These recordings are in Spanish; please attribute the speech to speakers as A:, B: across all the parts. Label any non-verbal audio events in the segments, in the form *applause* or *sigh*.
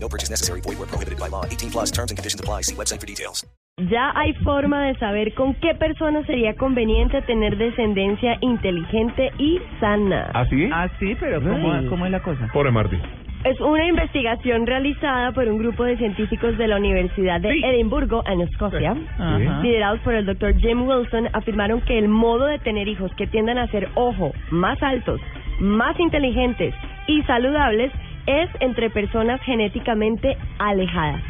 A: No purchase necessary. Void where prohibited by law. 18 plus terms and conditions apply. See website for details.
B: Ya hay forma de saber con qué persona sería conveniente tener descendencia inteligente y sana.
C: ¿Así?
D: Ah, sí, pero ¿cómo, cómo es la cosa?
C: Pobre Marty.
B: Es una investigación realizada por un grupo de científicos de la Universidad de
C: Sí.
B: Edimburgo, en Escocia,
D: Ajá.
B: liderados por el doctor Jim Wilson, afirmaron que el modo de tener hijos que tiendan a ser, ojo, más altos, más inteligentes y saludables es entre personas genéticamente alejadas.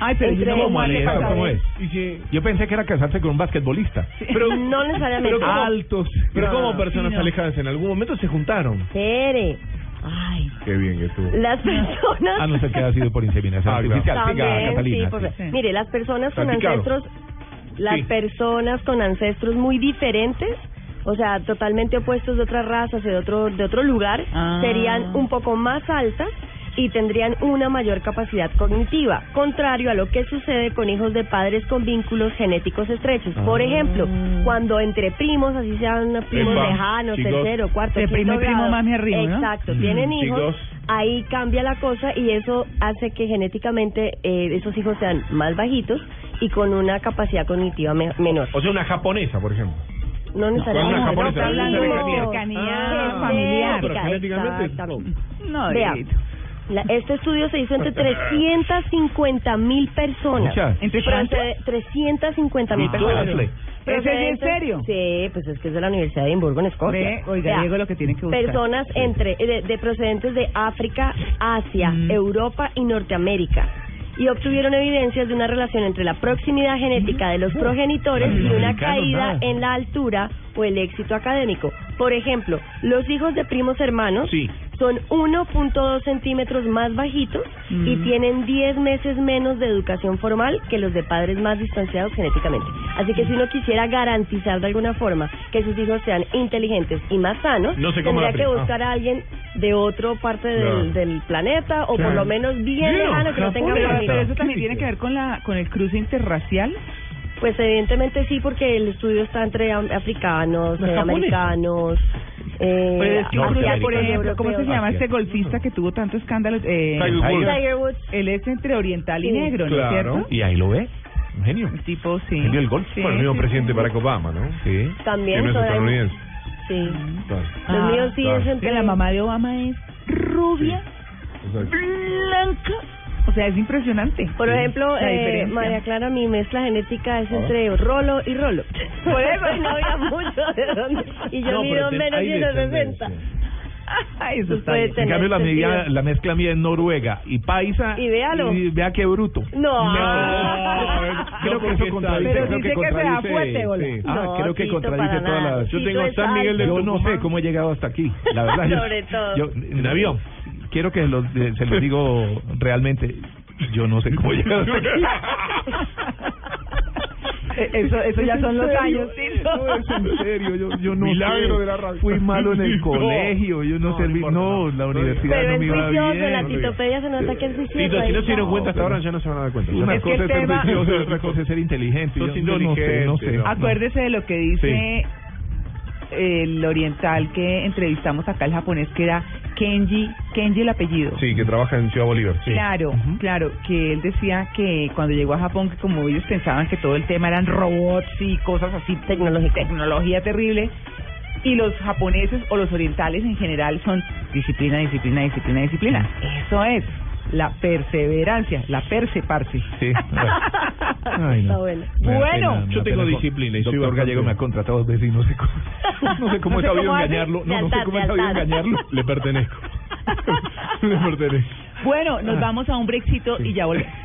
D: Ay, pero
B: Entre
D: yo no
B: ¿Cómo
D: me
B: alejado?
D: acuerdo.
C: ¿Cómo es? Yo pensé que era casarse con un basquetbolista.
D: *laughs*
C: Pero,
B: No necesariamente.
C: pero como, altos. Pero
B: No,
C: como personas
D: sí, no.
C: alejadas en algún momento se juntaron.
B: Espere. Ay,
C: Qué bien que tú.
B: las personas...
C: A Ah, no ser que haya sido por inseminación
D: Ah, claro.
C: artificial. Siga,
B: También,
C: Catalina.
B: sí, por-
D: sí.
B: Mire, las personas con
C: Practicado.
B: ancestros, las
C: Sí.
B: personas con ancestros muy diferentes, o sea, totalmente opuestos de otras razas y de otro de otro lugar,
D: Ah.
B: serían un poco más altas y tendrían una mayor capacidad cognitiva, contrario a lo que sucede con hijos de padres con vínculos genéticos estrechos. Por
C: Ah.
B: ejemplo, cuando entre primos, así sean primos
C: Epa,
B: lejanos,
C: chicos.
B: tercero, cuarto,
D: De
B: quinto
D: primo y primo
B: grado.
D: más me arrimo, ¿no?
B: Exacto, tienen
C: Mm,
B: hijos,
C: chicos.
B: ahí cambia la cosa y eso hace que genéticamente eh, esos hijos sean más bajitos y con una capacidad cognitiva me- menor.
C: O sea, una japonesa, por ejemplo.
B: No necesariamente.
C: una
B: No,
C: japonesa,
B: pero
C: hablando de
B: hablando
D: cercanía
B: de
D: familiar.
C: Pero genéticamente-
B: Exactamente.
D: No,
B: Vea.
D: Dieguito.
B: La- este estudio se hizo entre 350 mil personas.
C: Muchas.
D: ¿Entre cuánto?
B: 350 mil
C: Ah,
B: personas.
C: hazle.
D: ¿Pero eso es en serio?
B: Sí, pues es que es de la Universidad de Edimburgo, en Escocia.
D: Ve, oiga,
B: Vea,
D: Diego, lo que tiene que buscar.
B: Personas entre eh, de, de procedentes de África, Asia,
D: Mm.
B: Europa y Norteamérica. Y obtuvieron evidencias de una relación entre la proximidad genética de los
D: Mm.
B: progenitores y una
C: Americanos,
B: caída
C: nada.
B: en la altura o el éxito académico. Por ejemplo, los hijos de primos hermanos
C: Sí.
B: son 1.2 centímetros más bajitos y tienen 10 meses menos de educación formal que los de padres más distanciados genéticamente. Así que si uno quisiera garantizar de alguna forma que sus hijos sean inteligentes y más sanos,
C: No se coma
B: tendría
C: la
B: que
C: prima.
B: buscar a alguien de otra parte del,
C: Claro.
B: del planeta o por
C: Claro.
B: lo menos bien
C: Bien,
B: lejano que no tenga
C: Japón,
D: Pero, pero
B: familia.
D: eso también tiene que ver con la con el cruce interracial.
B: Pues evidentemente sí, porque el estudio está entre am- africanos,
C: Los
B: eh,
C: japoneses.
B: americanos, eh,
D: Pero es que
C: hacia,
D: cruce,
B: asiáticos,
D: Pues, por ejemplo, ¿cómo se
B: europeos.
D: llama
C: Hacia.
D: este golfista que tuvo tantos escándalos? Eh,
C: Tiger Woods.
B: Tiger Woods.
D: él es entre oriental y
B: Sí.
D: negro, ¿no es
C: Claro.
D: cierto?
C: Y ahí lo ve. Un genio.
D: El tipo, sí.
C: Genio del golf.
D: Sí,
C: bueno, el mismo
D: sí,
C: presidente
D: sí.
C: Barack Obama, ¿no? Sí.
B: También
C: Que no es
B: son-
C: estadounidense.
B: Sí.
C: Claro.
B: Los
D: Ah,
B: míos sí es
C: claro.
B: entre
D: La mamá de Obama es rubia,
C: Exacto.
D: blanca. O sea, es impresionante.
B: Por
D: Sí,
B: ejemplo,
D: la
B: eh,
D: diferencia.
B: María Clara, mi mezcla genética es entre Rolo y Rolo. *laughs* Por eso no había mucho de dónde. Y
E: Ah,
B: yo
C: No, pero
B: mido
C: te-
B: menos
C: hay
B: de 60. *laughs*
C: descendencia.
D: Ay, eso
B: Pues
D: está
B: puede
D: bien.
B: tener
E: En cambio, la,
B: sentido.
E: media- la mezcla mía es noruega y paisa.
B: Y véalo.
E: y vea qué bruto.
B: No. *laughs*
E: Creo que eso contradice.
D: Pero
E: creo
D: dice
E: que
D: que se da
E: contradice,
D: fuerte, hola.
E: sí. Ah,
B: No,
E: creo que
B: Tito,
E: contradice
B: para
E: todas
B: nada.
E: las.
B: Yo Tito tengo a es San Miguel de
E: Yo no sé
B: Tucumán.
E: cómo he llegado hasta aquí.
B: *laughs*
E: La verdad. yo-
B: Sobre todo.
E: Yo, en avión. Quiero que se lo, de- se lo digo realmente. Yo no sé cómo he llegado hasta
B: *laughs*
E: *laughs* aquí.
D: Eh, Eso, eso ya
E: ¿Es
D: son
E: en
D: los
E: serio?
D: años.
E: No, es en serio, yo, yo no
C: Milagro
E: sé.
C: de la radio.
E: Fui malo en
C: *laughs*
E: el
C: No.
E: colegio, yo no,
C: No,
E: serví,
C: no
E: no,
C: importa, no.
E: la
C: No
E: universidad
B: Pero
E: no
B: es
E: me iba bien.
B: juicioso, en la
C: no le-
B: titopedia se nota que es juicioso.
C: Tito, si no se dieron
E: No,
C: cuenta hasta
E: pero-
C: ahora, ya no se van a dar cuenta.
E: Una
D: Es que
E: cosa
D: el
E: es este ser
D: tema-
E: vicioso y otra cosa es ser inteligente.
C: Sos
E: Yo, yo no sé, no sé.
C: inteligente,
D: Acuérdese de lo que dice el oriental que entrevistamos acá, el japonés, que era Kenji, Kenji el apellido.
C: Sí, que trabaja en Ciudad Bolívar. Sí.
D: Claro, claro, que él decía que cuando llegó a Japón, que como ellos pensaban que todo el tema eran robots y cosas así, tecnológica, tecnología terrible, y los japoneses o los orientales en general son disciplina, disciplina, disciplina, disciplina. Eso es la perseverancia, la perseparse.
E: Sí.
B: *laughs*
E: Ay,
B: Está
E: no.
B: bueno.
E: Me da
D: Bueno.
E: pena, me
C: Yo
E: da
C: tengo
E: pena.
C: disciplina y soy
E: Doctor
C: bastante-
E: Gallego me ha contratado dos veces y no sé
B: *laughs*
E: cómo, no sé cómo
B: No
E: he
B: sé
E: sabido
B: cómo hace.
E: engañarlo. No, no sé
B: Lealtad,
E: cómo he sabido
B: lealtad.
E: engañarlo.
B: *laughs*
C: Le pertenezco. Le pertenezco. Ah.
D: Bueno, nos vamos a un brexito y ya volvemos.